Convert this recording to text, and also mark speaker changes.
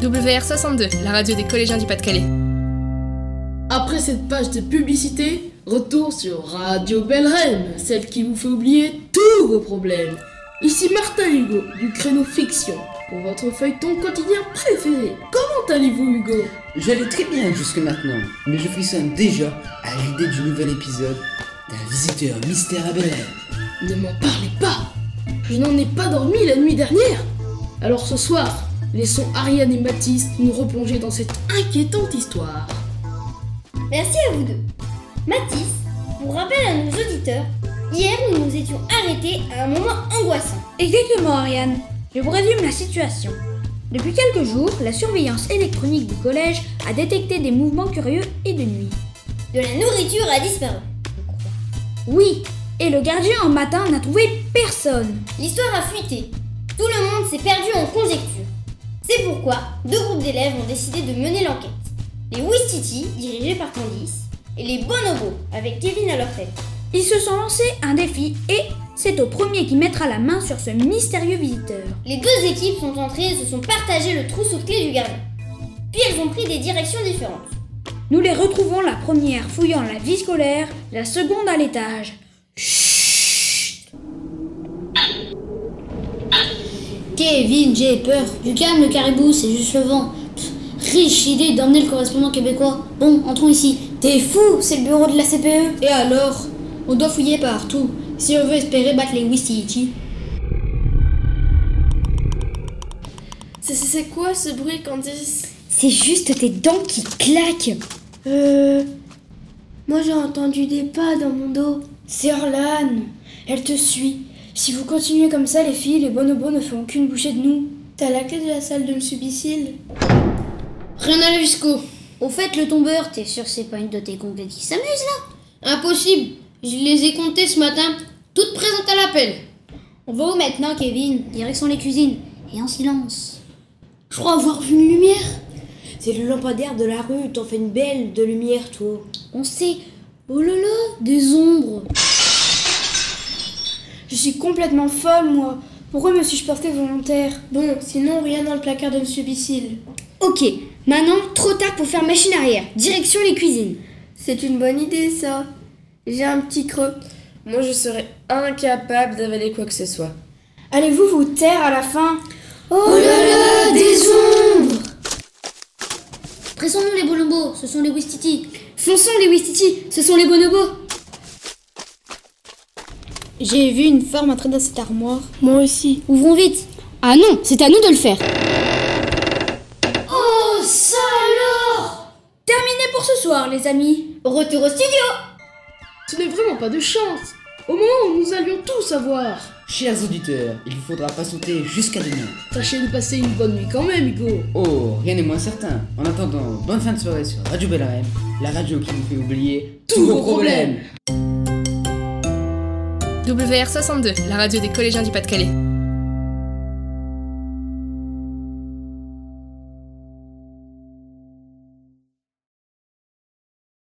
Speaker 1: WR62, la radio des collégiens du Pas-de-Calais.
Speaker 2: Après cette page de publicité, retour sur Radio Belle Reine, celle qui vous fait oublier tous vos problèmes. Ici Martin Hugo, du créneau fiction, pour votre feuilleton quotidien préféré. Comment allez-vous Hugo
Speaker 3: J'allais très bien jusque maintenant, mais je frissonne déjà à l'idée du nouvel épisode d'un visiteur mystère à Bel Air.
Speaker 2: Ne m'en parlez pas Je n'en ai pas dormi la nuit dernière Alors ce soir, laissons Ariane et Baptiste nous replonger dans cette inquiétante histoire.
Speaker 4: Merci à vous deux. Mathis, pour rappel à nos auditeurs, hier nous nous étions arrêtés à un moment angoissant.
Speaker 5: Exactement, Ariane. Je vous résume la situation. Depuis quelques jours, la surveillance électronique du collège a détecté des mouvements curieux et de nuit.
Speaker 4: De la nourriture a disparu.
Speaker 5: Oui, et le gardien en matin n'a trouvé personne.
Speaker 4: L'histoire a fuité. Tout le monde s'est perdu en conjecture. C'est pourquoi deux groupes d'élèves ont décidé de mener l'enquête. Les Wistiti, dirigés par Candice, et les Bonobos, avec Kevin à leur tête.
Speaker 5: Ils se sont lancés un défi et c'est au premier qui mettra la main sur ce mystérieux visiteur.
Speaker 4: Les deux équipes sont entrées et se sont partagées le trousseau de clés du gardien. Puis elles ont pris des directions différentes.
Speaker 5: Nous les retrouvons la première fouillant la vie scolaire, la seconde à l'étage.
Speaker 6: Kevin, j'ai peur. Du calme, le caribou, c'est juste le vent. Pff, riche idée d'emmener le correspondant québécois. Bon, entrons ici.
Speaker 4: T'es fou, c'est le bureau de la CPE.
Speaker 6: E. Et alors On doit fouiller partout si on veut espérer battre les Wistiti.
Speaker 7: C'est- C'est c'est quoi ce bruit, Candice
Speaker 4: C'est juste tes dents qui claquent.
Speaker 7: Euh. Moi j'ai entendu des pas dans mon dos.
Speaker 6: C'est Orlan. Elle te suit. Si vous continuez comme ça, les filles, les bonobos ne feront qu'une bouchée de nous.
Speaker 7: T'as la clé de la salle de M. Bicile
Speaker 6: Rien n'allait jusqu'au. Au fait, le tombeur, t'es sûr c'est pas une de tes conquêtes qui s'amuse là Impossible Je les ai comptées ce matin, toutes présentes à l'appel On va où maintenant, Kevin Direction les cuisines, et en silence.
Speaker 7: Je crois avoir vu une lumière.
Speaker 8: C'est le lampadaire de la rue, t'en fais une belle de lumière, toi.
Speaker 6: On sait Oh là là Des ombres
Speaker 7: Je suis complètement folle, moi. Pourquoi me suis-je portée volontaire Bon, sinon rien dans le placard de M. Bicile.
Speaker 4: Ok, maintenant, trop tard pour faire machine arrière. Direction les cuisines.
Speaker 7: C'est une bonne idée, ça. J'ai un petit creux.
Speaker 9: Moi, je serais incapable d'avaler quoi que ce soit.
Speaker 7: Allez-vous vous taire à la fin
Speaker 6: Oh Pressons-nous les bonobos, ce sont les Wistiti Fonçons les Wistiti, ce sont les bonobos
Speaker 5: J'ai vu une forme entrer dans cette armoire.
Speaker 7: Moi aussi.
Speaker 6: Ouvrons vite
Speaker 4: Ah non, c'est à nous de le faire.
Speaker 6: Oh,
Speaker 5: Terminé pour ce soir, les amis.
Speaker 4: Retour au studio
Speaker 2: Ce n'est vraiment pas de chance. Au moment où nous allions tout savoir.
Speaker 3: Chers auditeurs, il vous faudra patienter jusqu'à demain.
Speaker 2: Tâchez de passer une bonne nuit quand même, Hugo.
Speaker 3: Oh, rien n'est moins certain. En attendant, bonne fin de soirée sur Radio Bel Air, la radio qui vous fait oublier tous vos problèmes.
Speaker 1: WR62, la radio des collégiens du Pas-de-Calais.